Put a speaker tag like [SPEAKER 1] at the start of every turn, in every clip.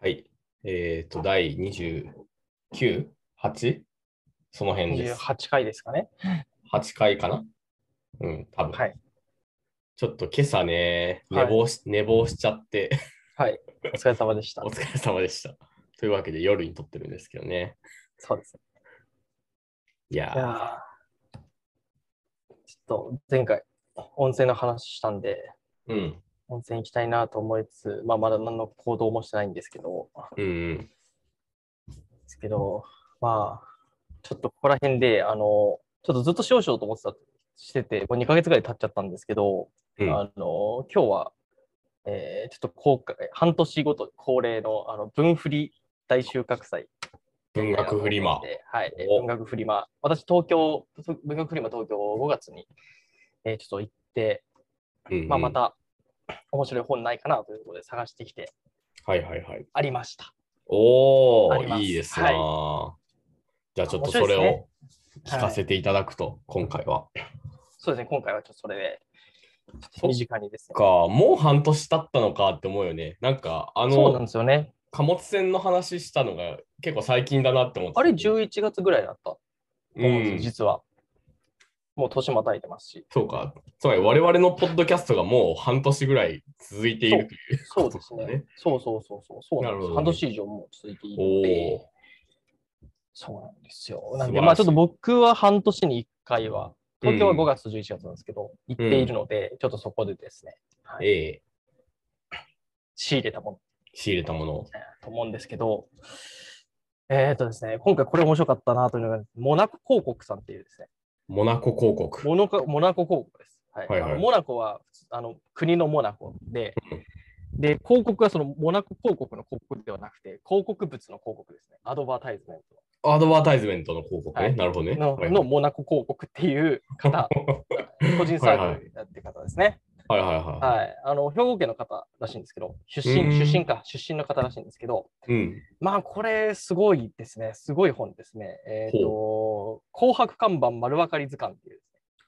[SPEAKER 1] はい。えっ、と、第29、8? その辺です。
[SPEAKER 2] 28回ですかね。
[SPEAKER 1] 8回かなうん、多分。
[SPEAKER 2] はい。
[SPEAKER 1] ちょっと今朝ね、
[SPEAKER 2] は
[SPEAKER 1] 寝
[SPEAKER 2] い
[SPEAKER 1] 坊し,、寝坊しちゃって、
[SPEAKER 2] はい。お疲れ様でした
[SPEAKER 1] お。疲れ様でした。というわけで夜に撮ってるんですけどね。
[SPEAKER 2] そうですね。
[SPEAKER 1] いや
[SPEAKER 2] いや
[SPEAKER 1] ー
[SPEAKER 2] ーちょっと前回、温泉の話したんで、
[SPEAKER 1] うん、
[SPEAKER 2] 温泉行きたいなと思いつつ、まあ、まだ何の行動もしてないんですけど、
[SPEAKER 1] うん、うん。
[SPEAKER 2] ですけど、まあ、ちょっとここら辺で、あの、ちょっとずっとしようしようと思ってた、してて、もう2ヶ月ぐらい経っちゃったんですけど、
[SPEAKER 1] うん
[SPEAKER 2] あの、今日は、えーちょっと後悔、半年ごと恒例の、あの、分振り大収穫祭
[SPEAKER 1] 文学フリマ。
[SPEAKER 2] はい、え
[SPEAKER 1] お
[SPEAKER 2] 文学フリマ。私、東京、文学フリマ東京5月に、えーちょっと行って、
[SPEAKER 1] うんうん
[SPEAKER 2] まあ、ま。た面白い本ないかなということで探してきて、
[SPEAKER 1] はいはいはい。
[SPEAKER 2] ありました。
[SPEAKER 1] お
[SPEAKER 2] ありま
[SPEAKER 1] ー、
[SPEAKER 2] す
[SPEAKER 1] いいですなー、じゃあちょっとそれを
[SPEAKER 2] 面
[SPEAKER 1] 聞かせていただくと、今回は。
[SPEAKER 2] そうですね、今回はちょっとそれで、ちょっと身近にですね。
[SPEAKER 1] か、もう半年経ったのかって思うよね。なんか、あ
[SPEAKER 2] そうなん
[SPEAKER 1] の、
[SPEAKER 2] ですよね。
[SPEAKER 1] 貨物船の話したのが結構最近だなって思って。
[SPEAKER 2] あれ、11月ぐらいだったと
[SPEAKER 1] う
[SPEAKER 2] 思うんですよ、
[SPEAKER 1] ん、
[SPEAKER 2] 実は。もう年またいてますし。
[SPEAKER 1] そうか。つまり我々のポッドキャストがもう半年ぐらい続いているという。
[SPEAKER 2] そうです
[SPEAKER 1] そうだ
[SPEAKER 2] ね
[SPEAKER 1] ね。
[SPEAKER 2] そうそうそうそう。そうなんで
[SPEAKER 1] なるほ
[SPEAKER 2] す
[SPEAKER 1] どね
[SPEAKER 2] 半年以上もう続いてい
[SPEAKER 1] お
[SPEAKER 2] て
[SPEAKER 1] ー。。
[SPEAKER 2] そうなんですよ。なん
[SPEAKER 1] 素晴ら
[SPEAKER 2] で、
[SPEAKER 1] しい
[SPEAKER 2] まあちょっと僕は半年に1回は、東京は
[SPEAKER 1] うん
[SPEAKER 2] 5月と11月なんですけど、行っているので、ちょっとそこでですね、はい
[SPEAKER 1] ええ
[SPEAKER 2] 仕入れたもの
[SPEAKER 1] 仕入れたものを。
[SPEAKER 2] だと思うんですけど、えっ、とですね、今回これ面白かったなというのが、モナコ広告さんっていうですね、
[SPEAKER 1] モナコ広告。
[SPEAKER 2] モノコモナコ広告です。はい
[SPEAKER 1] はいはい
[SPEAKER 2] あのモナコはあの国のモナコで、で、広告はそのモナコ広告の広告ではなくて、広告物の広告ですね、アドバタイズメン
[SPEAKER 1] アドバタイズメントの広告ね。
[SPEAKER 2] はい
[SPEAKER 1] なるほどね。
[SPEAKER 2] トの,、
[SPEAKER 1] はい
[SPEAKER 2] のモナコ広告っていう 方、個人サークルだって方ですね。
[SPEAKER 1] はいはいは
[SPEAKER 2] はい、あの兵庫県の方らしいんですけど、出
[SPEAKER 1] う
[SPEAKER 2] 身、
[SPEAKER 1] ん
[SPEAKER 2] 出身か、出身の方らしいんですけど、
[SPEAKER 1] い。うん。
[SPEAKER 2] まあ、これ、すごいですね、すごい本ですね。えっ、と、紅白看板丸分かり図鑑っていう、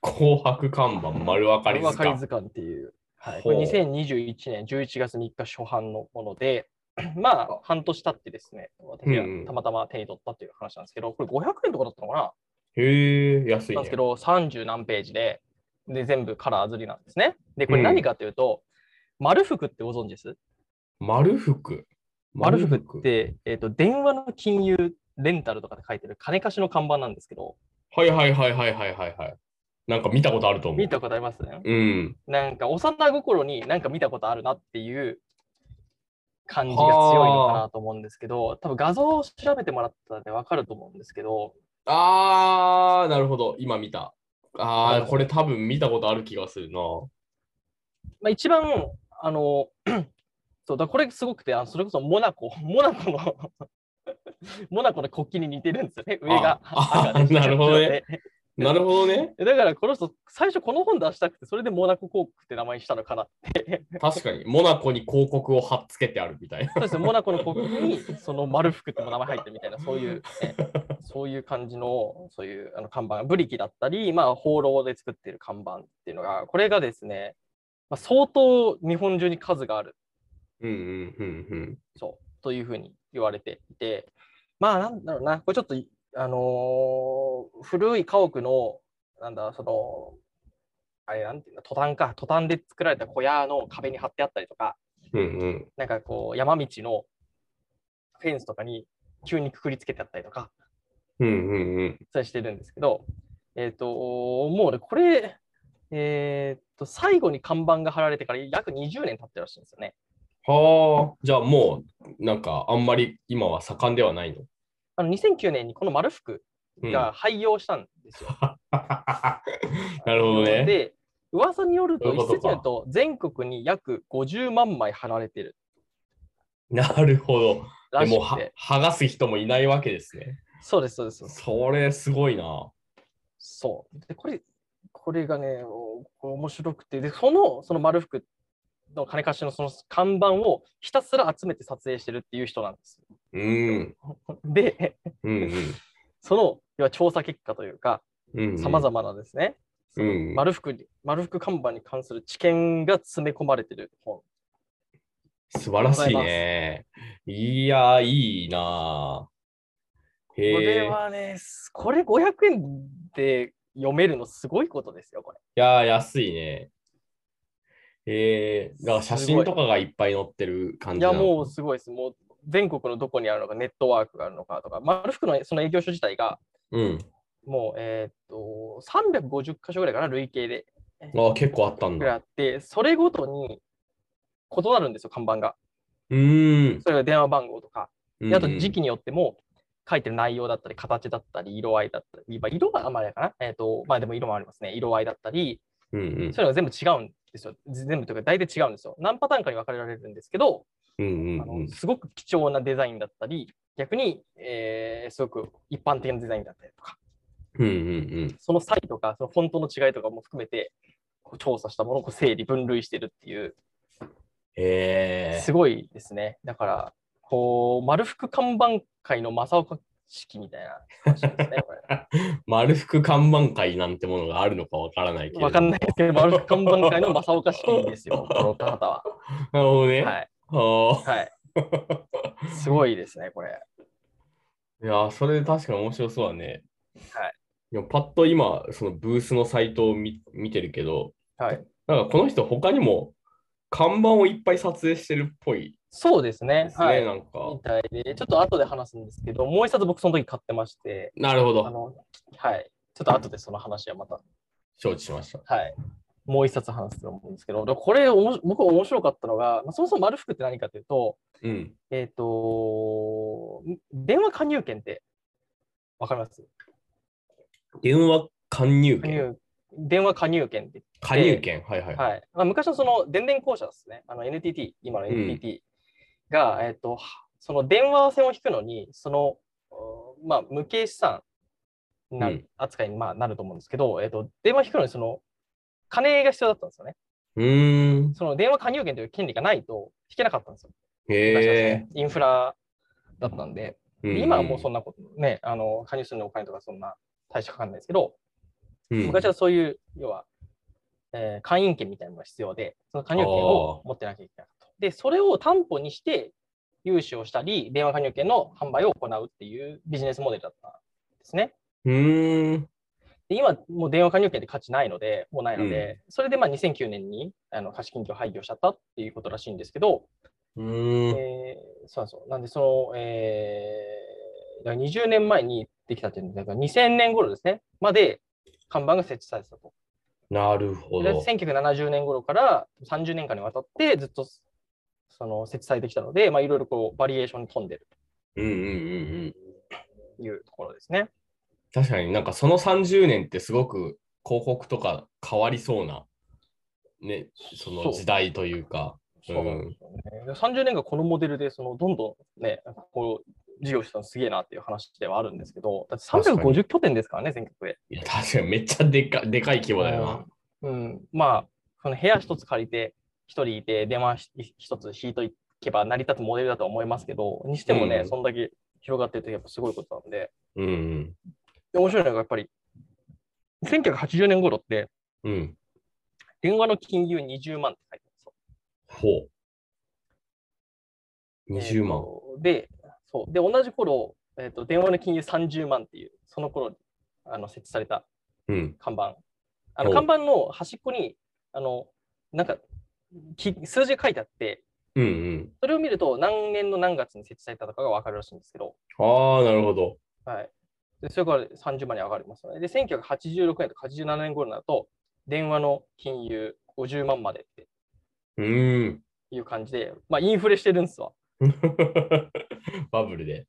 [SPEAKER 1] 紅白看板丸分かり
[SPEAKER 2] 丸
[SPEAKER 1] 図
[SPEAKER 2] 分かり
[SPEAKER 1] 鑑。
[SPEAKER 2] 図鑑っていう、はい、
[SPEAKER 1] ほ
[SPEAKER 2] こ
[SPEAKER 1] う
[SPEAKER 2] れ2021年11月3日初版のもので、 まあ、半年経ってですね、私が
[SPEAKER 1] うんうん
[SPEAKER 2] たまたま手に取ったという話なんですけど、これ500円とかだったのかな、
[SPEAKER 1] へえ、安い
[SPEAKER 2] なん
[SPEAKER 1] ね
[SPEAKER 2] ですけ。ど、30何ページで、で、全部カラー刷りなんですね。で、こ
[SPEAKER 1] う
[SPEAKER 2] れ
[SPEAKER 1] ん
[SPEAKER 2] 何かというと、丸福ってご存知です
[SPEAKER 1] 丸福。
[SPEAKER 2] 丸福って、えーと、電話の金融レンタルとかで書いてる金貸しの看板なんですけど、
[SPEAKER 1] はいはいはいはいはいはいはい。なんか見たことあると思う。
[SPEAKER 2] 見たことありますね。
[SPEAKER 1] うん。
[SPEAKER 2] なんか幼心になんか見たことあるなっていう感じが強いのかなと思うんですけど、多分画像を調べてもらったらね、わかると思うんですけど、
[SPEAKER 1] あー、なるほど。今見た。
[SPEAKER 2] あ
[SPEAKER 1] あ
[SPEAKER 2] りま
[SPEAKER 1] ー、
[SPEAKER 2] す
[SPEAKER 1] これ多分見たことある気がするな。
[SPEAKER 2] まあ、一番、あの、 そうだこれすごくて、あのそれこそモナコ、 モナコの、モナコの国旗に似てるんですよね、上が
[SPEAKER 1] あ
[SPEAKER 2] 赤で。
[SPEAKER 1] なるほどね。
[SPEAKER 2] で
[SPEAKER 1] なるほどね。
[SPEAKER 2] だからこの人、最初この本出したくて、それでモナコ広告って名前にしたのかな
[SPEAKER 1] 確かに、モナコに広告を貼っつけてあるみたいな。
[SPEAKER 2] そうですね、モナコの国旗にその丸福っても名前入ってるみたいな、そういう、ね、そういう感じの、そういうあの看板、ブリキだったり、まあ、放浪で作ってる看板っていうのが、これがですね、まあ、相当日本中に数がある、
[SPEAKER 1] うんうんうん
[SPEAKER 2] そう、というふうに言われていて、まあ、なんだろうな、これちょっと、あのー古い家屋の、なんだ、その、あれなんていうんだ、トタンか、トタンで作られた小屋の壁に貼ってあったりとか、
[SPEAKER 1] うん。うんうん。
[SPEAKER 2] なんかこう山道のフェンスとかに急にくくりつけてあったりとか、
[SPEAKER 1] うんうんうん。
[SPEAKER 2] それしてるんですけど、えっ、と、もうね、これ、えっ、と、最後に看板が貼られてから約20年経ってるらしいんですよね。
[SPEAKER 1] はあ、じゃあもう、なんか、あんまり今は盛んではない の。
[SPEAKER 2] あの2009年にこの丸福
[SPEAKER 1] うん、
[SPEAKER 2] が廃業したんですよ。
[SPEAKER 1] なるほどね
[SPEAKER 2] で、噂による
[SPEAKER 1] そ
[SPEAKER 2] と、
[SPEAKER 1] ういうこと
[SPEAKER 2] 一
[SPEAKER 1] か
[SPEAKER 2] 説によると、全国に約50万枚貼られてる
[SPEAKER 1] なるほど。
[SPEAKER 2] ら
[SPEAKER 1] で
[SPEAKER 2] し
[SPEAKER 1] もう
[SPEAKER 2] く
[SPEAKER 1] は
[SPEAKER 2] て、
[SPEAKER 1] 剥がす人もいないわけですね。
[SPEAKER 2] そうです、そうです。
[SPEAKER 1] それすごいな。
[SPEAKER 2] そう。で、これ、これがね、おこれ面白くて、で、その、その丸福の金貸しのその看板をひたすら集めて撮影してるっていう人なんです。
[SPEAKER 1] うん。
[SPEAKER 2] で、
[SPEAKER 1] うん
[SPEAKER 2] その、要は調査結果というか、
[SPEAKER 1] うん。
[SPEAKER 2] さまざ
[SPEAKER 1] ま。
[SPEAKER 2] まなですね、
[SPEAKER 1] うん。
[SPEAKER 2] 丸福に、丸福看板に関する知見が詰め込まれてる本
[SPEAKER 1] 素晴らしいね。いやー、いいなー。
[SPEAKER 2] こ
[SPEAKER 1] へ
[SPEAKER 2] れ
[SPEAKER 1] え。
[SPEAKER 2] はね、すこれ500円で読めるのすごいことですよ、これ。
[SPEAKER 1] いやー、安いね。へえ。だから写真とかがいっぱい載ってる感
[SPEAKER 2] い
[SPEAKER 1] じ
[SPEAKER 2] や、
[SPEAKER 1] なの
[SPEAKER 2] もうすごいです。もう全国のどこにあるのか、ネットワークがあるのかとか、丸福のその営業所自体が、
[SPEAKER 1] うん。
[SPEAKER 2] もう、えーっと、350箇所ぐらいかな、累計で。
[SPEAKER 1] ああ、結構あったん
[SPEAKER 2] ぐらいあ
[SPEAKER 1] だ。
[SPEAKER 2] って、それごとに異なるんですよ、看板が。
[SPEAKER 1] うーん。
[SPEAKER 2] それが電話番号とか、であと時
[SPEAKER 1] に。
[SPEAKER 2] 期によっても、書いてる内容だったり、形だったり、色合いだったり、まあ、色はあんまりあれかな、えーっと、まあでも色もありますね、色合いだったり、
[SPEAKER 1] うんうん
[SPEAKER 2] そういうのが全部違うんですよ。全部というか大体違うんですよ。何パターンかに分かれられるんですけど、
[SPEAKER 1] うん
[SPEAKER 2] あ
[SPEAKER 1] うんう
[SPEAKER 2] の
[SPEAKER 1] ん。
[SPEAKER 2] すごく貴重なデザインだったり、逆に、えーすごく一般的なデザインだったりとか、
[SPEAKER 1] うんうん
[SPEAKER 2] その差異とか、そのフォントの違いとかも含めて、こう調査したものをこう整理、分類してるっていう、
[SPEAKER 1] へえ。
[SPEAKER 2] すごいですね。だから、こう、丸福看板会の正岡式みた いな話ですね。これ
[SPEAKER 1] 丸福看板会なんてものがあるのかわからないけれど。
[SPEAKER 2] わかんないですけど、丸福看板会の正岡式です よ、この方は。
[SPEAKER 1] なるほどね。
[SPEAKER 2] はい。
[SPEAKER 1] は
[SPEAKER 2] はい。
[SPEAKER 1] あ。
[SPEAKER 2] すごいですね、これ。
[SPEAKER 1] いやー、それ確かに面白そうだね。
[SPEAKER 2] はい。
[SPEAKER 1] でもパッと今、そのブースのサイトを見、見てるけど、
[SPEAKER 2] はい。
[SPEAKER 1] なんかこの人他にも看板をいっぱい撮影してるっぽい
[SPEAKER 2] そうですね
[SPEAKER 1] で。すね、
[SPEAKER 2] はい。
[SPEAKER 1] なんか。
[SPEAKER 2] みたいで、ちょっと後で話すんですけど、もう一冊僕その時買ってまして、
[SPEAKER 1] なるほ
[SPEAKER 2] あ
[SPEAKER 1] ど。
[SPEAKER 2] の、はい。ちょっと後でその話はまた、
[SPEAKER 1] 承知しました。
[SPEAKER 2] はい。もう一冊話すと思うんですけど、でこれ、おもし僕面白かったのが、まあ、そもそも丸福って何かというと、
[SPEAKER 1] うん。
[SPEAKER 2] えっ、と、電話加入券って、わかります
[SPEAKER 1] 電話勧入
[SPEAKER 2] 加
[SPEAKER 1] 券。
[SPEAKER 2] 入電話加入券って、
[SPEAKER 1] 加入券。はいはい。
[SPEAKER 2] はいまあ、昔のその電電公社ですね、あの NTT、今の NTT が、えっ、と、はその電話線を引くのに、その、おまあ、無形資産な、
[SPEAKER 1] うん
[SPEAKER 2] 扱いにまあなると思うんですけど、えっ、と、電話引くのにその、金が必要だったんですよね。
[SPEAKER 1] うーん。
[SPEAKER 2] その電話加入券という権利がないと引けなかったんですよ。昔は
[SPEAKER 1] へ
[SPEAKER 2] そのインフラだったんで。
[SPEAKER 1] え。
[SPEAKER 2] 今はもうそん
[SPEAKER 1] な。
[SPEAKER 2] なこと、ね、あの加入するのにお金とかそんな大してかかんないですけど、
[SPEAKER 1] うん
[SPEAKER 2] 昔はそういう、要は、えー会員権みたいなのが必要で、その加入権を持ってなきゃいけなかったと。で、それを担保にして、融資をしたり、電話加入権の販売を行うっていうビジネスモデルだったんですね。
[SPEAKER 1] うーん。
[SPEAKER 2] で今、もう電話加入権で価値ないので、もうないので、それでまあ2009年にあの貸金業廃業しちゃったっていうことらしいんですけど、
[SPEAKER 1] うーん。
[SPEAKER 2] えーそうなんですよ。なんで、その、えー、だから20年前にできたっていうのだから2000年頃ですね、まで看板が設置されてたと。
[SPEAKER 1] なるほ
[SPEAKER 2] で
[SPEAKER 1] ど。
[SPEAKER 2] 1970年頃から30年間にわたってずっとその設置されてきたので、まあ、いろいろこうバリエーションに富んでる
[SPEAKER 1] うんうんうんうん。
[SPEAKER 2] というところですね。
[SPEAKER 1] 確かになんかその30年ってすごく広告とか変わりそうな、ね、その時代というか。
[SPEAKER 2] そうなんですよね。で30年がこのモデルで、そのどんどんね、こう、事業してたのすげえなっていう話ではあるんですけど、だって350拠点ですからね、全国で。
[SPEAKER 1] いや確かにめっちゃでかでかい規模だよな。
[SPEAKER 2] うん、うんまあ、その部屋一つ借りて、一人いて、電話ひ一つ引いといけば成り立つモデルだとは思いますけど、にしてもね、
[SPEAKER 1] うん
[SPEAKER 2] そんだけ広がってるとやっぱすごいことなんで、
[SPEAKER 1] うん
[SPEAKER 2] で面白いのがやっぱり、1980年頃って、
[SPEAKER 1] うん。うん。
[SPEAKER 2] 電話の金融20万って書いてあ
[SPEAKER 1] ほう。
[SPEAKER 2] るんです
[SPEAKER 1] 20
[SPEAKER 2] よ。
[SPEAKER 1] 万。
[SPEAKER 2] えーとで、そう。で、同じ頃、えーと、電話の金融30万っていう、その頃にあの設置された
[SPEAKER 1] うん。
[SPEAKER 2] 看板。あ
[SPEAKER 1] お
[SPEAKER 2] の
[SPEAKER 1] う
[SPEAKER 2] 看板の端っこに、あの、なんか、き数字が書いてあって、
[SPEAKER 1] うんうん。
[SPEAKER 2] それを見ると何年の何月に設置されたとかが分かるらしいんですけど、
[SPEAKER 1] ああ、なるほど。
[SPEAKER 2] はい、でそれから30万に上がりますので、で1986年とか87年頃になると、電話の金融50万までって
[SPEAKER 1] うーん。
[SPEAKER 2] いう感じで、まあ、インフレしてるんですわ。
[SPEAKER 1] バブルで。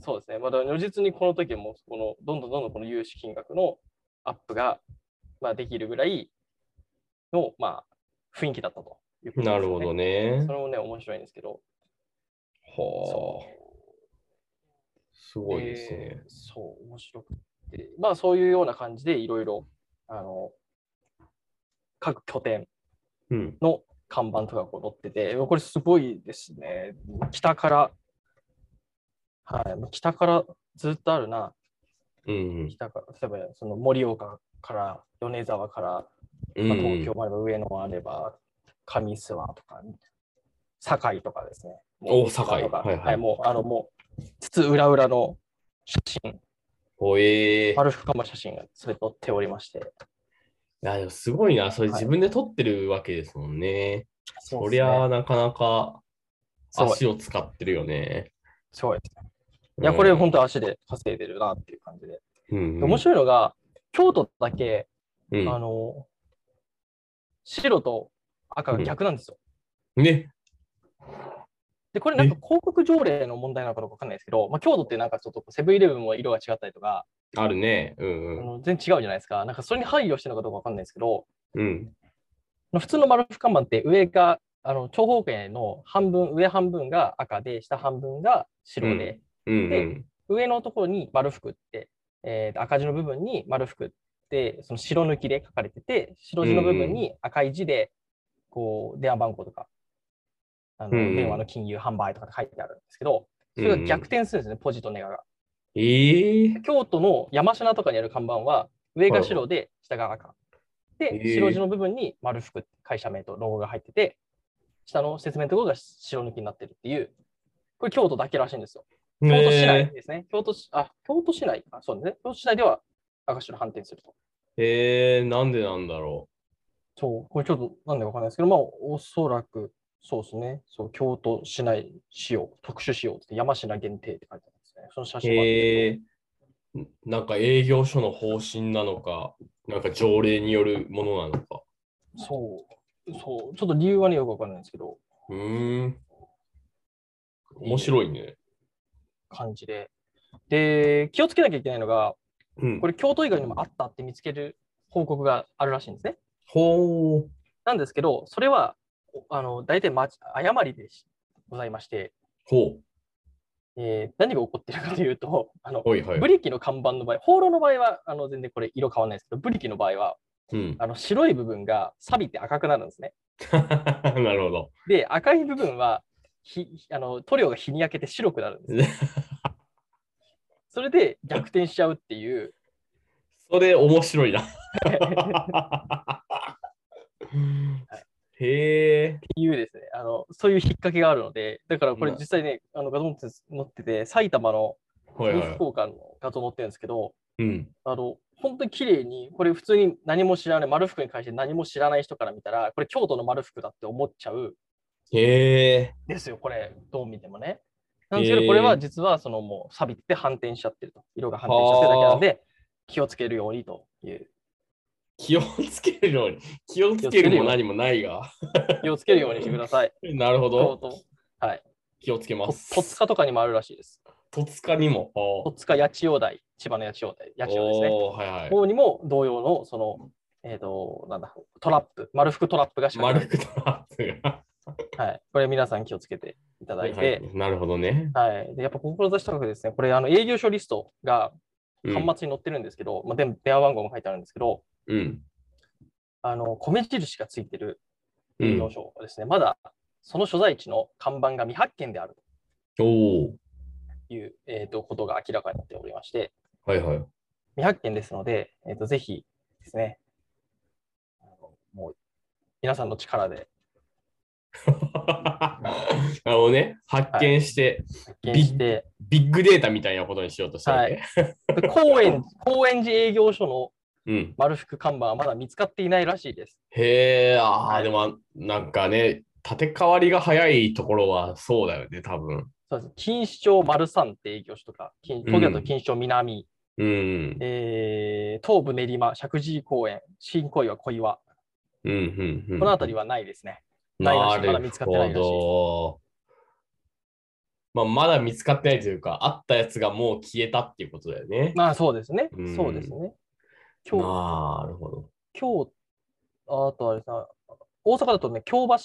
[SPEAKER 2] そうですね、まあだから如実にこの時もこのどんどんどんどんこの融資金額のアップが、まあ、できるぐらいの、まあ、雰囲気だったということですよね
[SPEAKER 1] なるほどね
[SPEAKER 2] そ。れもね、面白いんですけど。
[SPEAKER 1] はあ。すごいです
[SPEAKER 2] え
[SPEAKER 1] ね
[SPEAKER 2] ー。そう、面白くて。まあ、そういうような感じで、いろいろ、あの、各拠点
[SPEAKER 1] うん。
[SPEAKER 2] の看板とかこう載ってて、これすごいですね。北から、はい、北からずっとあるな。
[SPEAKER 1] うんうん。
[SPEAKER 2] 北から、例えば、その盛岡から、米沢から、
[SPEAKER 1] うん
[SPEAKER 2] ま
[SPEAKER 1] う
[SPEAKER 2] あ、
[SPEAKER 1] ん
[SPEAKER 2] 東京まで上野もあれば、上諏訪とか、堺とかですね。
[SPEAKER 1] おお、堺。
[SPEAKER 2] とか
[SPEAKER 1] はいは
[SPEAKER 2] はい、
[SPEAKER 1] い。
[SPEAKER 2] もう、あの、もう、津々浦々の写真、
[SPEAKER 1] おえー。
[SPEAKER 2] 丸深間写真がそれ撮っておりまして。
[SPEAKER 1] いや、でもすごいな。それ
[SPEAKER 2] はい
[SPEAKER 1] 自分で撮ってるわけですもんね。そ
[SPEAKER 2] そ
[SPEAKER 1] うり
[SPEAKER 2] ですね
[SPEAKER 1] ゃあ、なかなか
[SPEAKER 2] すごい
[SPEAKER 1] 足を使ってるよね。
[SPEAKER 2] すごいですね。いや、これ本当足で稼いでるなっていう感じで。
[SPEAKER 1] 当、うん、
[SPEAKER 2] で面白いのが、京都だけ、
[SPEAKER 1] い。
[SPEAKER 2] あの、白と赤が逆なんですよ。
[SPEAKER 1] うん、ね。
[SPEAKER 2] で、これなんか広告条例の問題なのかどうかわかんないですけど、まあ、京都ってなんかちょっとセブンイレブンも色が違ったりとか、
[SPEAKER 1] あるね。うん
[SPEAKER 2] あ
[SPEAKER 1] うん。
[SPEAKER 2] の全然違うじゃないですか。なんかそれに配慮してるのかどうかわかんないですけど、
[SPEAKER 1] うん。
[SPEAKER 2] 普通の丸不看板って上が、あの長方形の半分、上半分が赤で、下半分が白で、
[SPEAKER 1] うんう
[SPEAKER 2] で
[SPEAKER 1] ん。
[SPEAKER 2] 上のところに丸福って、えー赤字の部分に丸福って、その白抜きで書かれてて、白字の部分に赤い字で、こう、電話番号とか、あの
[SPEAKER 1] うんうん
[SPEAKER 2] 電話の金融販売とかって書いてあるんですけど、それが逆転するんですね、ポジとネガが。
[SPEAKER 1] ええ
[SPEAKER 2] 京都の山科とかにある看板は、上が白で下が赤。で、
[SPEAKER 1] へえ
[SPEAKER 2] 白地の部分に丸福って会社名とロゴが入ってて、下の説明のところが白抜きになってるっていう、これ京都だけらしいんですよ。
[SPEAKER 1] ー。
[SPEAKER 2] 京都市内
[SPEAKER 1] ね
[SPEAKER 2] ですね。京都市、あ、京都市内か。そうですね。京都市内では赤白反転すると。
[SPEAKER 1] ええなんでなんだろ
[SPEAKER 2] そう、これちょっとなんでかわかんないですけど、まあ、おそらく、そうですね。そう、京都市内仕様、特殊仕様って山科限定って書いてあるんですね。その写
[SPEAKER 1] う。
[SPEAKER 2] 真もあるん
[SPEAKER 1] ええ
[SPEAKER 2] ですけど
[SPEAKER 1] なんか営業所の方針なのか、なんか条例によるものなのか。
[SPEAKER 2] そう、そう、ちょっと理由はね、よくわかんないんですけど、
[SPEAKER 1] うーん。面白いね。
[SPEAKER 2] 感じで。で、気をつけなきゃいけないのが、
[SPEAKER 1] うん
[SPEAKER 2] こ。れ、京都以外にもあったって見つける報告があるらしいんですね。
[SPEAKER 1] ほう。
[SPEAKER 2] なんですけど、それは、おあの、大体、まち、誤りでしございまして、
[SPEAKER 1] ほ
[SPEAKER 2] えー何が起こってるかというと、あの
[SPEAKER 1] う。、はいはい
[SPEAKER 2] ブ。リキの看板の場合、放浪の場合は、あの、全然これ色変わらないですけど、ブリキの場合は、
[SPEAKER 1] うん。
[SPEAKER 2] あの、白い部分が錆びて赤くなるんですね。
[SPEAKER 1] なるほど。
[SPEAKER 2] で、赤い部分は、ひあの塗料が日に焼けて白くなるんです よ。それで逆転しちゃうっていう。
[SPEAKER 1] それ面白いな。
[SPEAKER 2] っ
[SPEAKER 1] へえ。
[SPEAKER 2] ていうですねあの、そういう引っ掛けがあるので、だからこれ
[SPEAKER 1] うん
[SPEAKER 2] 実際ね、あの画像載ってて、埼玉の
[SPEAKER 1] はいは
[SPEAKER 2] 福
[SPEAKER 1] い。
[SPEAKER 2] 岡の画像載ってるんですけど、
[SPEAKER 1] うん。
[SPEAKER 2] あの本当に綺麗に、これ普通に何も知らない、丸福に関して何も知らない人から見たら、これ京都の丸福だって思っちゃう
[SPEAKER 1] へえ。
[SPEAKER 2] ですよ、これ、どう見てもね。なんですけど、これ
[SPEAKER 1] え
[SPEAKER 2] は
[SPEAKER 1] ー
[SPEAKER 2] 実はそのもう錆びて反転しちゃってると。色が反転しちゃってるだけなんで、気をつけるようにという。
[SPEAKER 1] 気をつけるように。気をつけるも何もないが。
[SPEAKER 2] 気をつけるようにしてくだ さい。
[SPEAKER 1] なるほ
[SPEAKER 2] 京
[SPEAKER 1] ど。
[SPEAKER 2] 都。はい。
[SPEAKER 1] 気をつけ
[SPEAKER 2] と
[SPEAKER 1] ま
[SPEAKER 2] 戸
[SPEAKER 1] す。
[SPEAKER 2] 塚とかにもあるらしいです。
[SPEAKER 1] とつかにも。
[SPEAKER 2] 戸
[SPEAKER 1] お
[SPEAKER 2] 塚八千代台、千葉の八千代台、八千代ですね。
[SPEAKER 1] おーはいは
[SPEAKER 2] 方にも同様の、その、えっ、と、なんだ、トラップ、丸服トラップが仕
[SPEAKER 1] い。
[SPEAKER 2] 掛けら
[SPEAKER 1] 丸
[SPEAKER 2] れて
[SPEAKER 1] くなってる。
[SPEAKER 2] るはい。これ皆さん気をつけていただいて、
[SPEAKER 1] なるほどね。
[SPEAKER 2] はい。で、やっぱ志高くですね、これ、あの、営業所リストが
[SPEAKER 1] うん
[SPEAKER 2] 端末に載ってるんですけど、まあ、電電話番号も書いてあるんですけど、
[SPEAKER 1] うん。
[SPEAKER 2] あの米印がついてる
[SPEAKER 1] う
[SPEAKER 2] 営業
[SPEAKER 1] ん。
[SPEAKER 2] 所はですね、まだその所在地の看板が未発見である
[SPEAKER 1] おお。
[SPEAKER 2] という、えー、とことが明らかになっておりまして、
[SPEAKER 1] はいはい。
[SPEAKER 2] 未発見ですので、えー、とぜひですね、あのもう皆さんの力で
[SPEAKER 1] あのね、発見して、
[SPEAKER 2] 発見して、
[SPEAKER 1] ビッグデータみたいなことにしようとしたわけ。
[SPEAKER 2] で高円高円寺営業所の
[SPEAKER 1] うん。
[SPEAKER 2] 丸福看板はまだ見つかっていないらしいです。
[SPEAKER 1] へえ、あ
[SPEAKER 2] は
[SPEAKER 1] あ、
[SPEAKER 2] い
[SPEAKER 1] でも、なんかね、建て替わりが早いところはそうだよね、多分。
[SPEAKER 2] そうです錦糸町丸三って営業所とか、錦東京都錦糸町南、
[SPEAKER 1] うん。
[SPEAKER 2] えー東部練馬、石神井公園、新小岩、小岩、
[SPEAKER 1] うん、うん、うん。
[SPEAKER 2] この辺りはないですね。
[SPEAKER 1] な
[SPEAKER 2] ないらしいまだ
[SPEAKER 1] る
[SPEAKER 2] 見つかってない
[SPEAKER 1] ほ
[SPEAKER 2] らしい
[SPEAKER 1] ど。まあ、まだ見つかってないというか、あったやつがもう消えたっていうことだよね。
[SPEAKER 2] まあそうですね
[SPEAKER 1] うん。
[SPEAKER 2] そうですね。今日、
[SPEAKER 1] なるほど。
[SPEAKER 2] 今日、あとあれさ、大阪だとね、京橋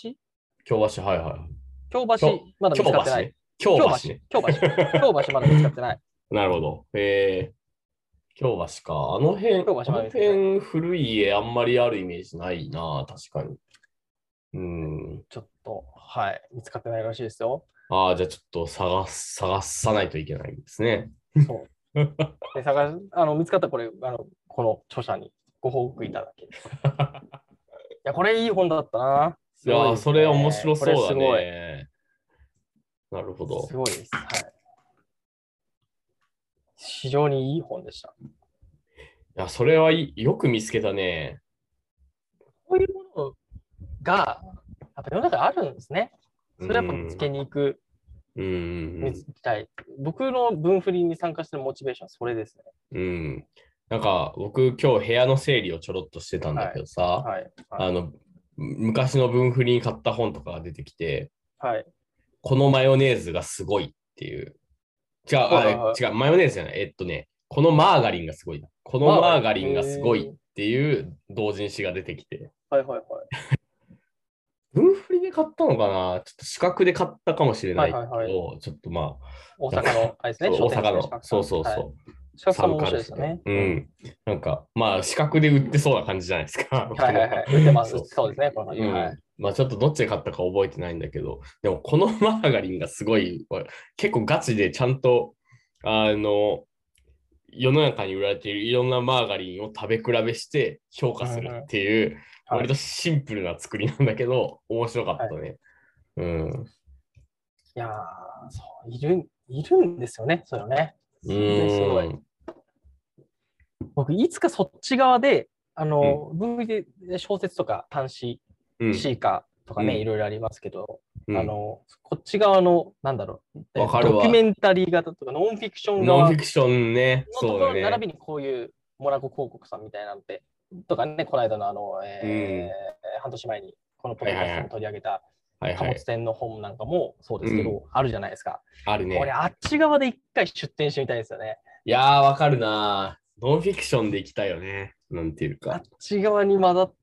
[SPEAKER 1] 京橋、はいはい。
[SPEAKER 2] 京
[SPEAKER 1] 京
[SPEAKER 2] 橋、まだ見
[SPEAKER 1] 京
[SPEAKER 2] つか
[SPEAKER 1] 橋
[SPEAKER 2] ってない。
[SPEAKER 1] ね。京
[SPEAKER 2] 京
[SPEAKER 1] 橋
[SPEAKER 2] 橋
[SPEAKER 1] ね。、
[SPEAKER 2] 京橋、京橋まだ見つかってない。
[SPEAKER 1] なるほど。えー、京橋か。あの辺、
[SPEAKER 2] 京橋ま
[SPEAKER 1] あ
[SPEAKER 2] だ
[SPEAKER 1] の
[SPEAKER 2] 見つかってない
[SPEAKER 1] 辺古い家あんまりあるイメージないな、確かに。うん。
[SPEAKER 2] ちょっと、はい、見つかってないらしいですよ。
[SPEAKER 1] ああ、じゃあちょっと探す、探さないといけないんですね。
[SPEAKER 2] そう。で、探し、あの、見つかったらこれ、あの、この著者にご報告いただけ。い や、これいい本だったな。す
[SPEAKER 1] い
[SPEAKER 2] ご
[SPEAKER 1] や
[SPEAKER 2] い
[SPEAKER 1] ー、
[SPEAKER 2] です
[SPEAKER 1] そ
[SPEAKER 2] ね
[SPEAKER 1] れ面白そうだ
[SPEAKER 2] これすごい。
[SPEAKER 1] ね。なるほど
[SPEAKER 2] す。ごいです。はい。非常にいい本でした。
[SPEAKER 1] いや、それはいいよく見つけたね。
[SPEAKER 2] こういうものが、やっぱ世の中にあるんですね。それはやっぱ見つけに行く、
[SPEAKER 1] うんうん
[SPEAKER 2] 見つけたい。僕の文振りに参加してるモチベーションはそれですね。
[SPEAKER 1] うん。うん。なんか、僕、今日部屋の整理をちょろっとしてたんだけどさ、
[SPEAKER 2] はい。
[SPEAKER 1] あの、昔の文振りに買った本とかが出てきて、
[SPEAKER 2] はい。
[SPEAKER 1] このマヨネーズがすごいっていう。違う、
[SPEAKER 2] はいはい
[SPEAKER 1] あ違う、マヨネーズじゃない。えっとね、このマーガリンがすごい。このマーガリンがすごいっていう同人誌が出てきて。
[SPEAKER 2] はいはい
[SPEAKER 1] 文振りで買ったのかなちょっと資格で買ったかもしれないけど、
[SPEAKER 2] はいはい
[SPEAKER 1] ちょっとまあ、
[SPEAKER 2] 大阪の、あれですね、
[SPEAKER 1] 大阪の、そうそうそう、
[SPEAKER 2] う。はい、さんも面白いですよね。
[SPEAKER 1] うん。なんか、まあ、資格で売ってそうな感じじゃないですか。
[SPEAKER 2] はいはいはい。売ってます。
[SPEAKER 1] そう
[SPEAKER 2] そうですね、この感じ
[SPEAKER 1] うん
[SPEAKER 2] はい。
[SPEAKER 1] まあちょっとどっちで買ったか覚えてないんだけど、でもこのマーガリンがすごい、わ結構ガチでちゃんと、あの、世の中に売られているいろんなマーガリンを食べ比べして評価するっていう、
[SPEAKER 2] はい
[SPEAKER 1] 割とシンプルな作りなんだけど、面白かったね。うん。
[SPEAKER 2] いやーそう、いる、いるんですよね、それをね。
[SPEAKER 1] う
[SPEAKER 2] すごい
[SPEAKER 1] ん。
[SPEAKER 2] 僕、いつかそっち側で、あの、分類で小説とか短
[SPEAKER 1] うん
[SPEAKER 2] 詩、シーカーとかね、
[SPEAKER 1] うん
[SPEAKER 2] いろいろありますけど、
[SPEAKER 1] うん
[SPEAKER 2] あの、こっち側の、なんだろう、
[SPEAKER 1] わかるわ
[SPEAKER 2] ドキュメンタリー型とか、ノンフィクション
[SPEAKER 1] ノン
[SPEAKER 2] 側
[SPEAKER 1] フ
[SPEAKER 2] の
[SPEAKER 1] ィクションね。
[SPEAKER 2] と
[SPEAKER 1] そ
[SPEAKER 2] こ
[SPEAKER 1] うだ
[SPEAKER 2] ろに
[SPEAKER 1] ね
[SPEAKER 2] 並。びにこういうモナコ広告さんみたいなんて、とかね、この間のあの、えー半年前に、このポッドキャストも取り上げた
[SPEAKER 1] はい
[SPEAKER 2] 貨
[SPEAKER 1] は
[SPEAKER 2] 物
[SPEAKER 1] い。
[SPEAKER 2] 船の本なんかもそうですけど、
[SPEAKER 1] う
[SPEAKER 2] あるじゃないですか。
[SPEAKER 1] あるね。
[SPEAKER 2] 俺、あっち側で一回出店してみたいですよね。
[SPEAKER 1] いやー、わかるなー。ノンフィクションで行きたいよね。なんていう
[SPEAKER 2] あ
[SPEAKER 1] か
[SPEAKER 2] っ。ち側に混ざっ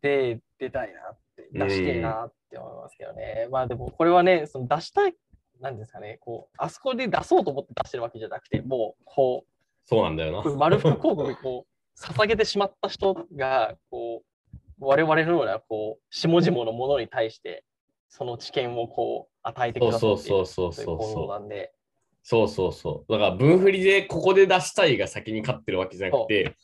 [SPEAKER 2] て出たいなって、出していなって思いますけどね。まあでも、これはね、その出したい、なんですかね、こう、あそこで出そうと思って出してるわけじゃなくて、もう、こ
[SPEAKER 1] そうなんだよ
[SPEAKER 2] う、
[SPEAKER 1] な。
[SPEAKER 2] 丸福広告にこう、捧げてしまった人が、こう、我々のような、こう、下々のものに対して、その知見をこう、与えてく
[SPEAKER 1] そう
[SPEAKER 2] ださってい
[SPEAKER 1] そう
[SPEAKER 2] る
[SPEAKER 1] そうそうそう
[SPEAKER 2] という行動
[SPEAKER 1] そう。
[SPEAKER 2] なんで、
[SPEAKER 1] そうそうそう。だから、分振りでここで出したいが先に勝ってるわけじゃなくて、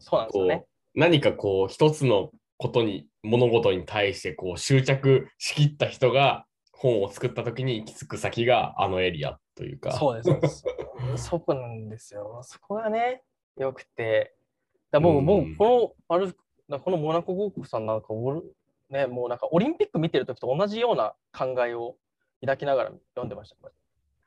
[SPEAKER 2] そうなんですよね。
[SPEAKER 1] こう、何かこう、一つのことに、物事に対して、こう、執着しきった人が本を作った時に行き着く先があのエリアというか。
[SPEAKER 2] そうですそう です。そこなんですよ。そこがね、よくて。だもう、
[SPEAKER 1] うん
[SPEAKER 2] もうこの、あるこのモナコ王国さんなんかおる、ね、もうなんかオリンピック見てるときと同じような考えを抱きながら読んでました。これ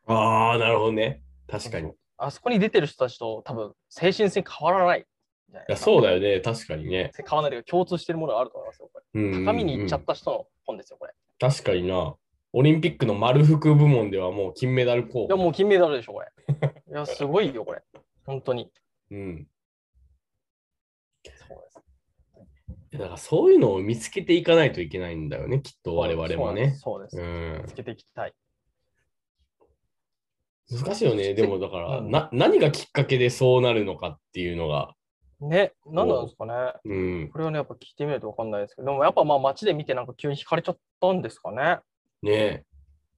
[SPEAKER 1] ああ、なるほどね。確かに。い
[SPEAKER 2] あそこに出てる人たちと多分精神性変わらないじゃないで
[SPEAKER 1] や、
[SPEAKER 2] すか。
[SPEAKER 1] そうだよね。確かにね。
[SPEAKER 2] 変わらないというか共通してるものがあると思いますよ。こ
[SPEAKER 1] うんうんう
[SPEAKER 2] れ
[SPEAKER 1] ん
[SPEAKER 2] 高みに行っちゃった人の本ですよ、これ。
[SPEAKER 1] 確かにな。オリンピックの丸福部門ではもう金メダル候
[SPEAKER 2] いや、
[SPEAKER 1] 補。
[SPEAKER 2] もう金メダルでしょ、これ。いや、すごいよ、これ。本当に。
[SPEAKER 1] うん。
[SPEAKER 2] そうです。
[SPEAKER 1] だからそういうのを見つけていかないといけないんだよね、きっと我々もね。
[SPEAKER 2] そうなんです。そう
[SPEAKER 1] う
[SPEAKER 2] です。
[SPEAKER 1] ん
[SPEAKER 2] つ、けていきたい。
[SPEAKER 1] 難しいよね、でもだから、
[SPEAKER 2] うん
[SPEAKER 1] な何がきっかけでそうなるのかっていうのが、
[SPEAKER 2] ね、何なんですかね。
[SPEAKER 1] うん、
[SPEAKER 2] これはね、やっぱ聞いてみないと分かんないですけど、でもやっぱまあ街で見てなんか急に惹かれちゃったんですかね。
[SPEAKER 1] ねえ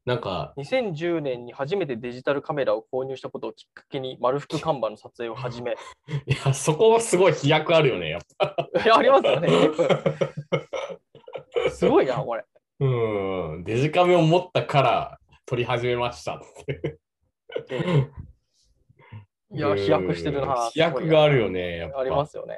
[SPEAKER 1] なんか、
[SPEAKER 2] 2010年に初めてデジタルカメラを購入したことをきっかけに丸福看板の撮影を始め。い
[SPEAKER 1] いや、そこはすごい飛躍あるよね、やっ
[SPEAKER 2] や、 ありま すよね。
[SPEAKER 1] ぱ。
[SPEAKER 2] すごいな、これ。
[SPEAKER 1] うん、デジカメを持ったから撮り始めましたって。
[SPEAKER 2] いや、飛躍してる
[SPEAKER 1] う
[SPEAKER 2] な。
[SPEAKER 1] ん飛躍がある
[SPEAKER 2] よ。
[SPEAKER 1] よね、やっぱ。
[SPEAKER 2] ありますよね。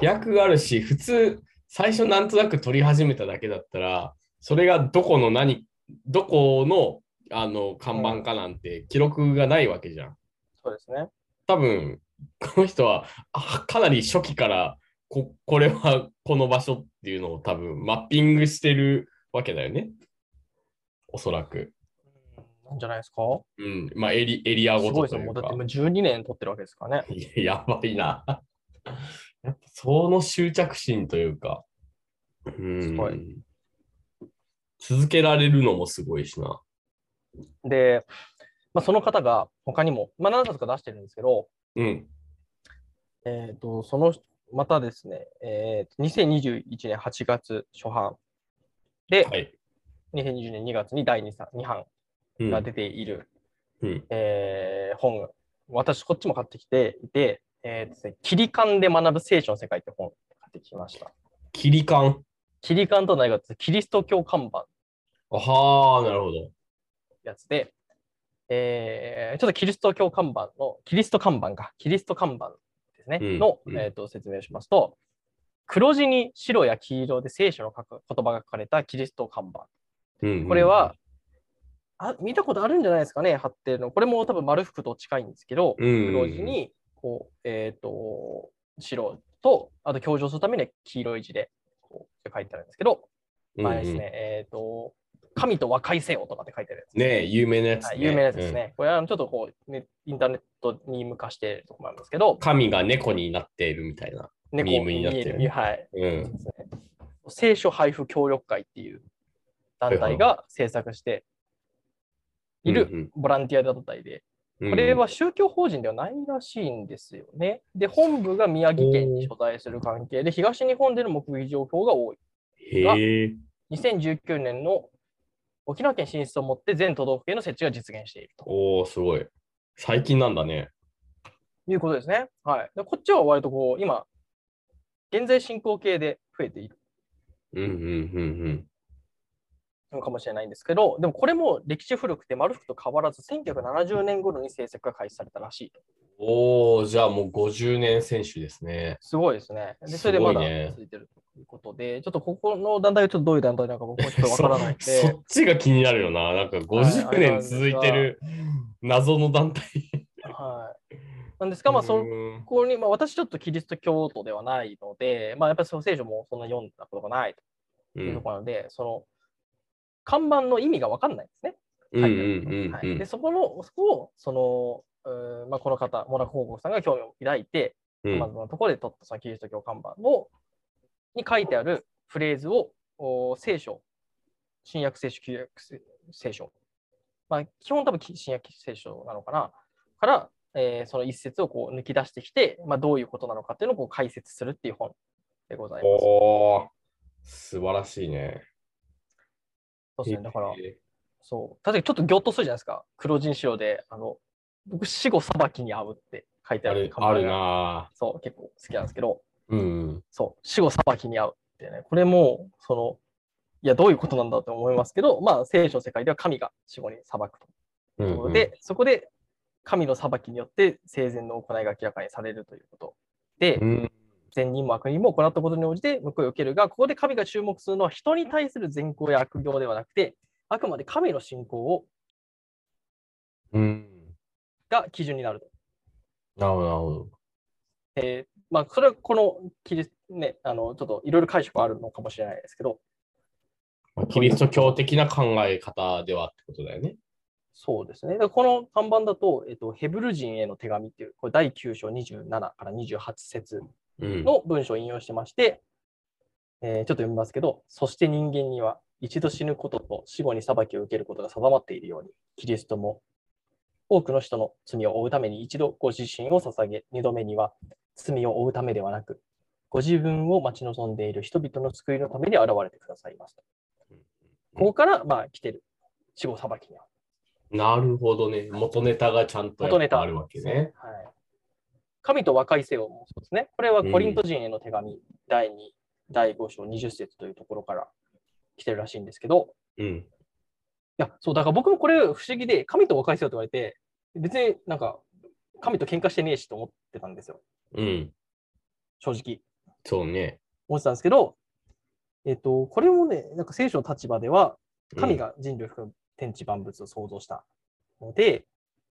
[SPEAKER 1] 飛躍があるし普通最初なんとなく取り始めただけだったらそれがどこの何どこのあの看板かなんて記録がないわけじゃん。
[SPEAKER 2] そうですね。
[SPEAKER 1] 多分この人はあかなり初期からここれはこの場所っていうのを多分マッピングしてるわけだよね。おそらく。
[SPEAKER 2] なんじゃないですか
[SPEAKER 1] うん。まあエリエリア
[SPEAKER 2] す
[SPEAKER 1] ご
[SPEAKER 2] ご
[SPEAKER 1] と
[SPEAKER 2] いで
[SPEAKER 1] とい
[SPEAKER 2] すよ。もう
[SPEAKER 1] う
[SPEAKER 2] だっ
[SPEAKER 1] か
[SPEAKER 2] て。もう12年撮ってるわけですからね。
[SPEAKER 1] い ややばいな。やっぱその執着心というか、うん
[SPEAKER 2] すごい
[SPEAKER 1] 続けられるのもすごいしな。
[SPEAKER 2] で、まあ、その方が他にも、まあ、何冊か出してるんですけど、
[SPEAKER 1] うん。
[SPEAKER 2] えっ、と、その、またですね、えーと、2021年8月初版で、
[SPEAKER 1] はい。
[SPEAKER 2] 2020年2月に第 2, さ2版
[SPEAKER 1] うん
[SPEAKER 2] が出ている、
[SPEAKER 1] うん
[SPEAKER 2] えー本、私、こっちも買ってきていて、えーとですね、切り感で学ぶ聖書の世界って本買ってきました。
[SPEAKER 1] 切り感。
[SPEAKER 2] 切り感とは何かってキリスト教看板。
[SPEAKER 1] あはあ、なるほど。
[SPEAKER 2] やつで、えーちょっとキリスト教看板の、キリスト看板か、キリスト看板ですね、
[SPEAKER 1] うん
[SPEAKER 2] の、
[SPEAKER 1] うん
[SPEAKER 2] えーと説明をしますと、黒地に白や黄色で聖書の書く言葉が書かれたキリスト看板。
[SPEAKER 1] うん
[SPEAKER 2] これは、、あ見たことあるんじゃないですかね、貼ってるの。これも多分丸福と近いんですけど、
[SPEAKER 1] うん
[SPEAKER 2] 黒地にこう、えー、と白と、あと強調するためには黄色い字でこう書いてあるんですけど、
[SPEAKER 1] うん
[SPEAKER 2] まあです
[SPEAKER 1] うん
[SPEAKER 2] ね、えー、と神と和解せよとかって書いてあるやつ。
[SPEAKER 1] ねえ有名なやつ、ね
[SPEAKER 2] はい、有名なやつですね。これはあのちょっとこう、ね、インターネットに向かしているところなんですけ
[SPEAKER 1] う
[SPEAKER 2] ど
[SPEAKER 1] ん、神が猫になっているみたいな。
[SPEAKER 2] 猫
[SPEAKER 1] ミームになってるね
[SPEAKER 2] はい、
[SPEAKER 1] うん。
[SPEAKER 2] 聖書配布協力会っていう団体が制作している
[SPEAKER 1] る。
[SPEAKER 2] ボランティア団体で、
[SPEAKER 1] こ
[SPEAKER 2] これは宗教法人ではないらしいんですよね。で、本部が宮城県に所在する関係で、東日本での目撃情報が多い。
[SPEAKER 1] へえ。
[SPEAKER 2] 2019年の沖縄県進出をもって全都道府県の設置が実現していると。
[SPEAKER 1] おおすごい。最近なんだね。
[SPEAKER 2] いうことですね。はい。でこっちは割とこう、今、現在進行形で増えている
[SPEAKER 1] うんうんうん
[SPEAKER 2] のかもしれないんですけど、でもこれも歴史古くて、丸福と変わらず1970年頃に政策が開始されたらしいと。
[SPEAKER 1] うん。おおじゃあもう50年選手ですね。
[SPEAKER 2] すごいですね。で、それでますだ
[SPEAKER 1] ごいね
[SPEAKER 2] 続いてるということで、ちょっとここの団体はちょっとどういう団体なのか僕はちょっとわからないん
[SPEAKER 1] そ
[SPEAKER 2] で
[SPEAKER 1] っ、ちが気になるよな。なんか50年続いてる謎の団体。
[SPEAKER 2] はい。なんですが、まあ、そ
[SPEAKER 1] うん
[SPEAKER 2] こに、まあ、私ちょっとキリスト教徒ではないので、まあ、やっぱりその聖書もそんな読んだことがないと
[SPEAKER 1] う
[SPEAKER 2] いうと
[SPEAKER 1] ん
[SPEAKER 2] ころなので、その、看板の意味がわかんないですね。
[SPEAKER 1] うんうん
[SPEAKER 2] は
[SPEAKER 1] う
[SPEAKER 2] い、
[SPEAKER 1] ん
[SPEAKER 2] でそこのそこをその、うーんまあ、この方、モナコ広告さんが興味を抱いて、
[SPEAKER 1] うん
[SPEAKER 2] まずのところで取ったそのキリスト教看板のに書いてあるフレーズをお聖書、新約聖書、旧約聖聖書、まあ、基本多分き新約聖書なのかな、から、えーその一節をこう抜き出してきて、まあ、どういうことなのかっていうのをこう解説するっていう本でございます。
[SPEAKER 1] おお素晴らしいね。
[SPEAKER 2] そうですね、だか
[SPEAKER 1] へ、
[SPEAKER 2] ら
[SPEAKER 1] え
[SPEAKER 2] そう。例えばちょっとぎょっとするじゃないですか。黒人白で、あの、僕、死後裁きに遭うって書いてあ
[SPEAKER 1] あ
[SPEAKER 2] る
[SPEAKER 1] る
[SPEAKER 2] 看板
[SPEAKER 1] あ
[SPEAKER 2] が
[SPEAKER 1] るな
[SPEAKER 2] そう、結構好きなんですけど、
[SPEAKER 1] ぁ。うん。
[SPEAKER 2] そう、死後裁きに遭うってね、これも、その、いや、どういうことなんだと思いますけど、まあ、聖書の世界では神が死後に裁く
[SPEAKER 1] う
[SPEAKER 2] というんこ
[SPEAKER 1] う
[SPEAKER 2] と
[SPEAKER 1] ん
[SPEAKER 2] で、そこで神の裁きによって生前の行いが明らかにされるということ。で、
[SPEAKER 1] うん
[SPEAKER 2] 善人も悪人も行ったことに応じて報いを受けるが、ここで神が注目するのは人に対する善行や悪行ではなくて、あくまで神の信仰を
[SPEAKER 1] うん。
[SPEAKER 2] が基準になると。
[SPEAKER 1] なるほどなるほど。
[SPEAKER 2] えーまあ、それはこのキリス、ね、あのちょっといろいろ解釈はあるのかもしれないですけど、
[SPEAKER 1] まあキリスト教的な考え方ではってことだよね。
[SPEAKER 2] そうですね。だからこの看板だと、えっと、ヘブル人への手紙っていう、これ第9章27から28節
[SPEAKER 1] うん。
[SPEAKER 2] の文章を引用してまして、えーちょっと読みますけど、そして人間には一度死ぬことと死後に裁きを受けることが定まっているように、キリストも多くの人の罪を負うために一度ご自身を捧げ、二度目には罪を負うためではなく、ご自分を待ち望んでいる人々の救いのために現れてくださいますと。ここから、まあ、来てる。死後裁きには。
[SPEAKER 1] なるほどね。元ネタがちゃんとや
[SPEAKER 2] 元ネ
[SPEAKER 1] っ
[SPEAKER 2] タ
[SPEAKER 1] ぱあるわけね。
[SPEAKER 2] はい。神と和解せよもそうですね。これはコリント人への手紙、第2、第5章20節というところから来てるらしいんですけど、
[SPEAKER 1] うん。
[SPEAKER 2] いや、そう、だから僕もこれ不思議で、神と和解せよって言われて、別になんか、神と喧嘩してねえしと思ってたんですよ、
[SPEAKER 1] うん。
[SPEAKER 2] 正直。
[SPEAKER 1] そうね。
[SPEAKER 2] 思ってたんですけど、えっ、と、これもね、なんか聖書の立場では、
[SPEAKER 1] うん
[SPEAKER 2] 神。が人類を含む天地万物を創造したので、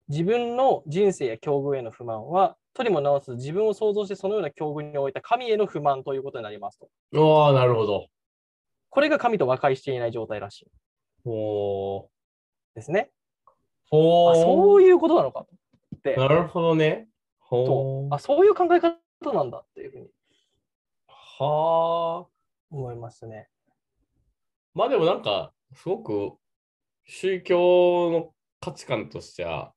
[SPEAKER 2] 自分の人生や境遇への不満は、取りも直す自分を創造してそのような境遇に置いた神への不満ということになりますと。
[SPEAKER 1] おおなるほど。
[SPEAKER 2] これが神と和解していない状態らしい
[SPEAKER 1] ほー。
[SPEAKER 2] ですね。あ
[SPEAKER 1] ほー。
[SPEAKER 2] そういうことなのかとって
[SPEAKER 1] なるほどね。
[SPEAKER 2] そ
[SPEAKER 1] ほ
[SPEAKER 2] う
[SPEAKER 1] ー
[SPEAKER 2] あ。そういう考え方なんだっていうふうに
[SPEAKER 1] はー。
[SPEAKER 2] 思いますね。
[SPEAKER 1] まあでもなんか、すごく宗教の価値観としては、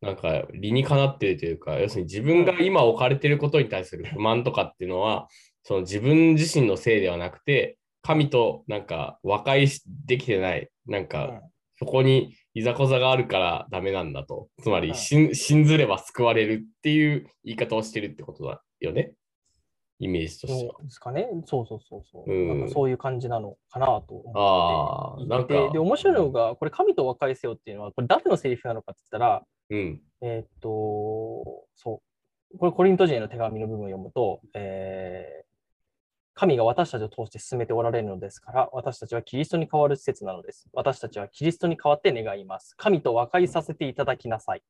[SPEAKER 1] なんか理にかなってるというか、要するに自分が今置かれてることに対する不満とかっていうのは、その自分自身のせいではなくて、神となんか和解しできてない、なん
[SPEAKER 2] う
[SPEAKER 1] か
[SPEAKER 2] ん
[SPEAKER 1] そこにいざこざがあるからダメなんだと。つま
[SPEAKER 2] う
[SPEAKER 1] り
[SPEAKER 2] ん
[SPEAKER 1] 信、信ずれば救われるっていう言い方をしてるってことだよね。イメージとしては。
[SPEAKER 2] そうですかね。そうそうそうそう。
[SPEAKER 1] うん
[SPEAKER 2] なんかそういう感じなのかなと思
[SPEAKER 1] ああ、
[SPEAKER 2] っていて。
[SPEAKER 1] なんか。
[SPEAKER 2] で、面白いのが、これ、神と和解せよっていうのは、これ誰のセリフなのかって言ったら、
[SPEAKER 1] うん。
[SPEAKER 2] えーっと、そう。これ、コリント人への手紙の部分を読むと、えー神が私たちを通して進めておられるのですから、私たちはキリストに代わる施設なのです。私たちはキリストに代わって願います。神と和解させていただきなさい。っ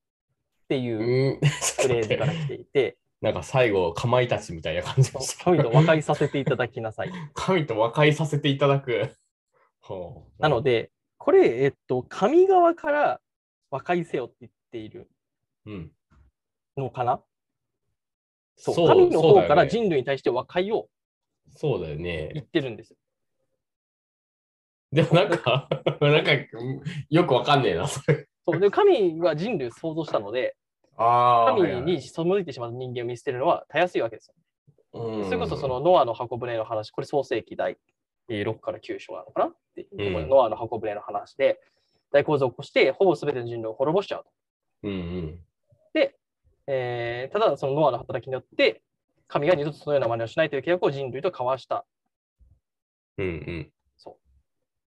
[SPEAKER 2] て
[SPEAKER 1] う。
[SPEAKER 2] いうん フレーズから来ていて、
[SPEAKER 1] なんか最後、かまいたちみたいな感じでした。
[SPEAKER 2] 神と和解させていただき なさい。
[SPEAKER 1] 神と和解させていただく。ほう
[SPEAKER 2] なの、で、これ、えっと、神側から和解せよって言っている
[SPEAKER 1] うん、
[SPEAKER 2] のかなそう
[SPEAKER 1] そう
[SPEAKER 2] 神の
[SPEAKER 1] そうだよ
[SPEAKER 2] 方
[SPEAKER 1] ね
[SPEAKER 2] から人類に対して和解を
[SPEAKER 1] そうだよ
[SPEAKER 2] 言っ
[SPEAKER 1] ね。
[SPEAKER 2] てるんですよ。
[SPEAKER 1] でもなんか、 なんか、うんよくわかんねえな、それ。
[SPEAKER 2] そうで神は人類を創造したので、
[SPEAKER 1] あ
[SPEAKER 2] 神に背いてしまう人間を見捨てるのはたやすいわけですよ。
[SPEAKER 1] そ
[SPEAKER 2] それこそその、ノアの箱舟の話、これ創世記第えー6から9章なのかなっていうところ
[SPEAKER 1] うん
[SPEAKER 2] ノアの箱舟の話で、大洪水を起こして、ほぼ全ての人類を滅ぼしちゃうと。
[SPEAKER 1] うんうん。
[SPEAKER 2] えーただ、そのノアの働きによって、神が二度とそのような真似をしないという契約を人類と交わした。
[SPEAKER 1] うんうん。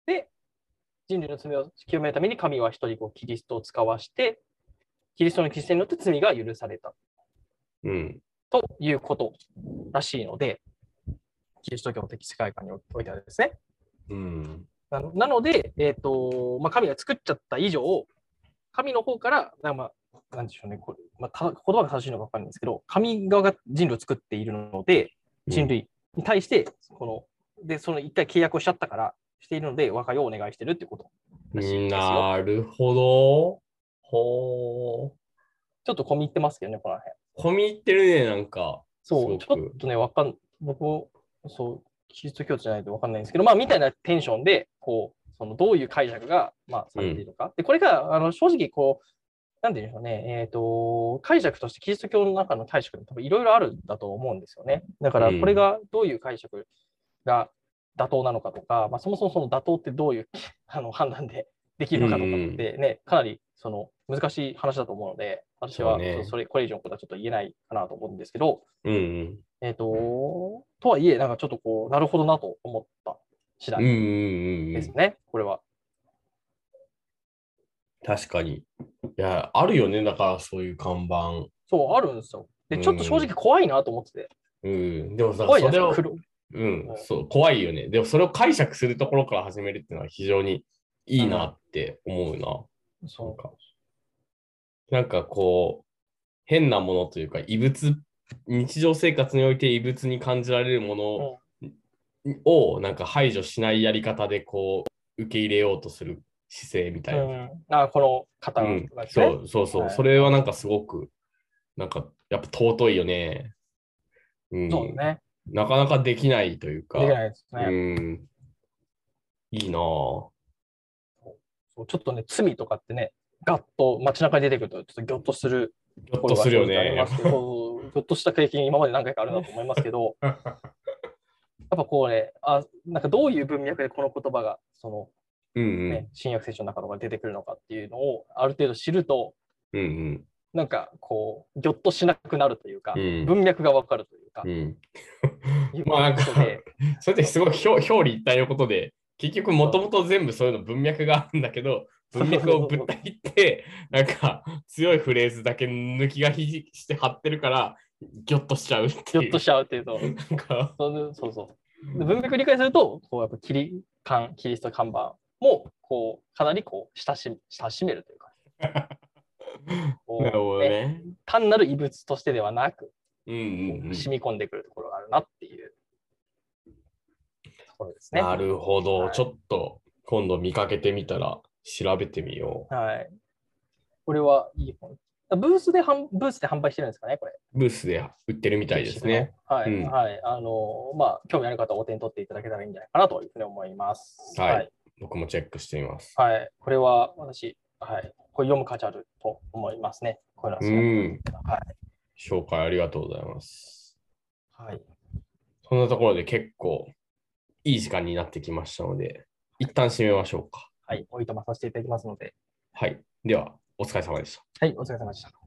[SPEAKER 2] で、人類の罪を清めるために神は一人こうキリストを使わして、キリストの犠牲によって罪が許された
[SPEAKER 1] うん。
[SPEAKER 2] ということらしいので、キリスト教的世界観においてはですね。
[SPEAKER 1] うん。
[SPEAKER 2] なのなので、えーとまあ、神が作っちゃった以上、神の方から、なまあ、なんでしょうね、これまあ、た言葉が正しいのか分かんないんですけど、神側が人類を作っているので、人類に対して、この、で、その一回契約をしちゃったから、しているので、和解をお願いしてるってこと。らしいですよ
[SPEAKER 1] なるほど。ほう。
[SPEAKER 2] ちょっと込み入ってますけどね、この辺。
[SPEAKER 1] 込み入ってるね、なんか。
[SPEAKER 2] そう、
[SPEAKER 1] す
[SPEAKER 2] ち
[SPEAKER 1] ごく
[SPEAKER 2] ょっとね、わかん、僕も、そう、キリスト教徒じゃないとわかんないんですけど、まあ、みたいなテンションで、こう、そのどういう解釈が、まあ、されているのか。で、これが、あの、正直、こう、なんて言うんでしょうね、えっ、と、解釈として、キリスト教の中の解釈に多分いろいろあるんだと思うんですよね。だから、
[SPEAKER 1] うん
[SPEAKER 2] これがどういう解釈が妥当なのかとか、まあ、そもそもその妥当ってどういう あの判断でできるのかとかってね、かなりその難しい話だと思うので、私は
[SPEAKER 1] そうね
[SPEAKER 2] ちょっとそれ、これ以上のことはちょっと言えないかなと思うんですけど、
[SPEAKER 1] うんうん。
[SPEAKER 2] えっ、と、とはいえ、なんかちょっとこう、なるほどなと思った次
[SPEAKER 1] うんう
[SPEAKER 2] 第
[SPEAKER 1] んうんう
[SPEAKER 2] です
[SPEAKER 1] ん。
[SPEAKER 2] ね、これは。
[SPEAKER 1] 確かに。いや、あるよね、だからそういう看板。
[SPEAKER 2] そう、あるんですよ。で、
[SPEAKER 1] うん
[SPEAKER 2] ちょっと正直怖いなと思ってて。
[SPEAKER 1] うん。でもさ、
[SPEAKER 2] 怖いじ
[SPEAKER 1] そ
[SPEAKER 2] ゃな
[SPEAKER 1] れ
[SPEAKER 2] い
[SPEAKER 1] を
[SPEAKER 2] ですか。黒
[SPEAKER 1] うん
[SPEAKER 2] はい、
[SPEAKER 1] そう、怖いよね。でもそれを解釈するところから始めるっていうのは非常にいいなって思うな。なん
[SPEAKER 2] そ
[SPEAKER 1] か、なんかこう、変なものというか、異物、日常生活において異物に感じられるものを、なんか排除しないやり方で、こう、受け入れようとする姿勢み
[SPEAKER 2] う。
[SPEAKER 1] た
[SPEAKER 2] う
[SPEAKER 1] いな。
[SPEAKER 2] ん。あ、この方
[SPEAKER 1] う
[SPEAKER 2] が、
[SPEAKER 1] ん
[SPEAKER 2] です
[SPEAKER 1] そ
[SPEAKER 2] ね。
[SPEAKER 1] うそうそう、
[SPEAKER 2] はい
[SPEAKER 1] それはなんかすごく、なんか、やっぱ尊いよね。うん、
[SPEAKER 2] そうね。
[SPEAKER 1] なかなかできないというか。
[SPEAKER 2] できないです
[SPEAKER 1] う
[SPEAKER 2] ね。
[SPEAKER 1] ん。いいなぁ。
[SPEAKER 2] そうちょっとね、罪とかってね、ガッと街中に出てくると、ちょっとギョッとする
[SPEAKER 1] ちょ
[SPEAKER 2] とこ
[SPEAKER 1] っと
[SPEAKER 2] ろが
[SPEAKER 1] するよ
[SPEAKER 2] 正直あり
[SPEAKER 1] ね
[SPEAKER 2] ま。すけど。そうそうギョッとした経験、今まで何回かあるなと思いま すけど、やっぱこうね、あ、なんかどういう文脈でこの言葉が、その、
[SPEAKER 1] うん
[SPEAKER 2] ね、新約聖書の中とかで出てくるのかっていうのをある程度知ると、
[SPEAKER 1] うん。うん
[SPEAKER 2] なんかこう、ぎょっとしなくなるというか、
[SPEAKER 1] うん
[SPEAKER 2] 文脈がわかるというか
[SPEAKER 1] うん。う、ん。
[SPEAKER 2] いう
[SPEAKER 1] まあなんか
[SPEAKER 2] ことで、
[SPEAKER 1] それってすごい表表裏一体のことで、結局もともと全部そういうの文脈があるんだけど、文脈をぶった切って、なんか強いフレーズだけ抜き書きして貼ってるから、ギョッとしちゃうって
[SPEAKER 2] ぎょ
[SPEAKER 1] い
[SPEAKER 2] っ
[SPEAKER 1] う。
[SPEAKER 2] としちゃうっていうと、
[SPEAKER 1] なんか、
[SPEAKER 2] そのそうそう。で文脈理解すると、こうやっぱキリカンキリスト看板も、こう、かなりこう親しみ、親しめるというか、 こう
[SPEAKER 1] なるほど
[SPEAKER 2] ね
[SPEAKER 1] ね。
[SPEAKER 2] 単なる異物としてではなく、
[SPEAKER 1] うん
[SPEAKER 2] こ
[SPEAKER 1] うんう。
[SPEAKER 2] うん染み込んでくるところがあるなっていうところですね。
[SPEAKER 1] なるほど。
[SPEAKER 2] はい
[SPEAKER 1] ちょっと今度見かけてみたら調べてみよ
[SPEAKER 2] はい。これはいい本。ブースで販ブースで販売してるんですかね、これ。
[SPEAKER 1] う。ブースで売ってるみたいですね。。
[SPEAKER 2] はい、
[SPEAKER 1] うん
[SPEAKER 2] はい。あの、まあ、興味ある方はお手に取っていただけたらいいんじゃないかなというふうに思います。
[SPEAKER 1] はい
[SPEAKER 2] はい。
[SPEAKER 1] 僕もチェックしてみます。
[SPEAKER 2] はいこれは私、はい。これ読む価値あると思いますね。これはす
[SPEAKER 1] う
[SPEAKER 2] ごく
[SPEAKER 1] ん。
[SPEAKER 2] は
[SPEAKER 1] 紹介ありがとうございます。
[SPEAKER 2] い。はい。
[SPEAKER 1] そんなところで結構いい時間になってきましたので、一旦締めましょうか。
[SPEAKER 2] はい。おいとまさせていただきますので、
[SPEAKER 1] はい。では、お疲れ様でした。
[SPEAKER 2] はい。お疲れ様でした。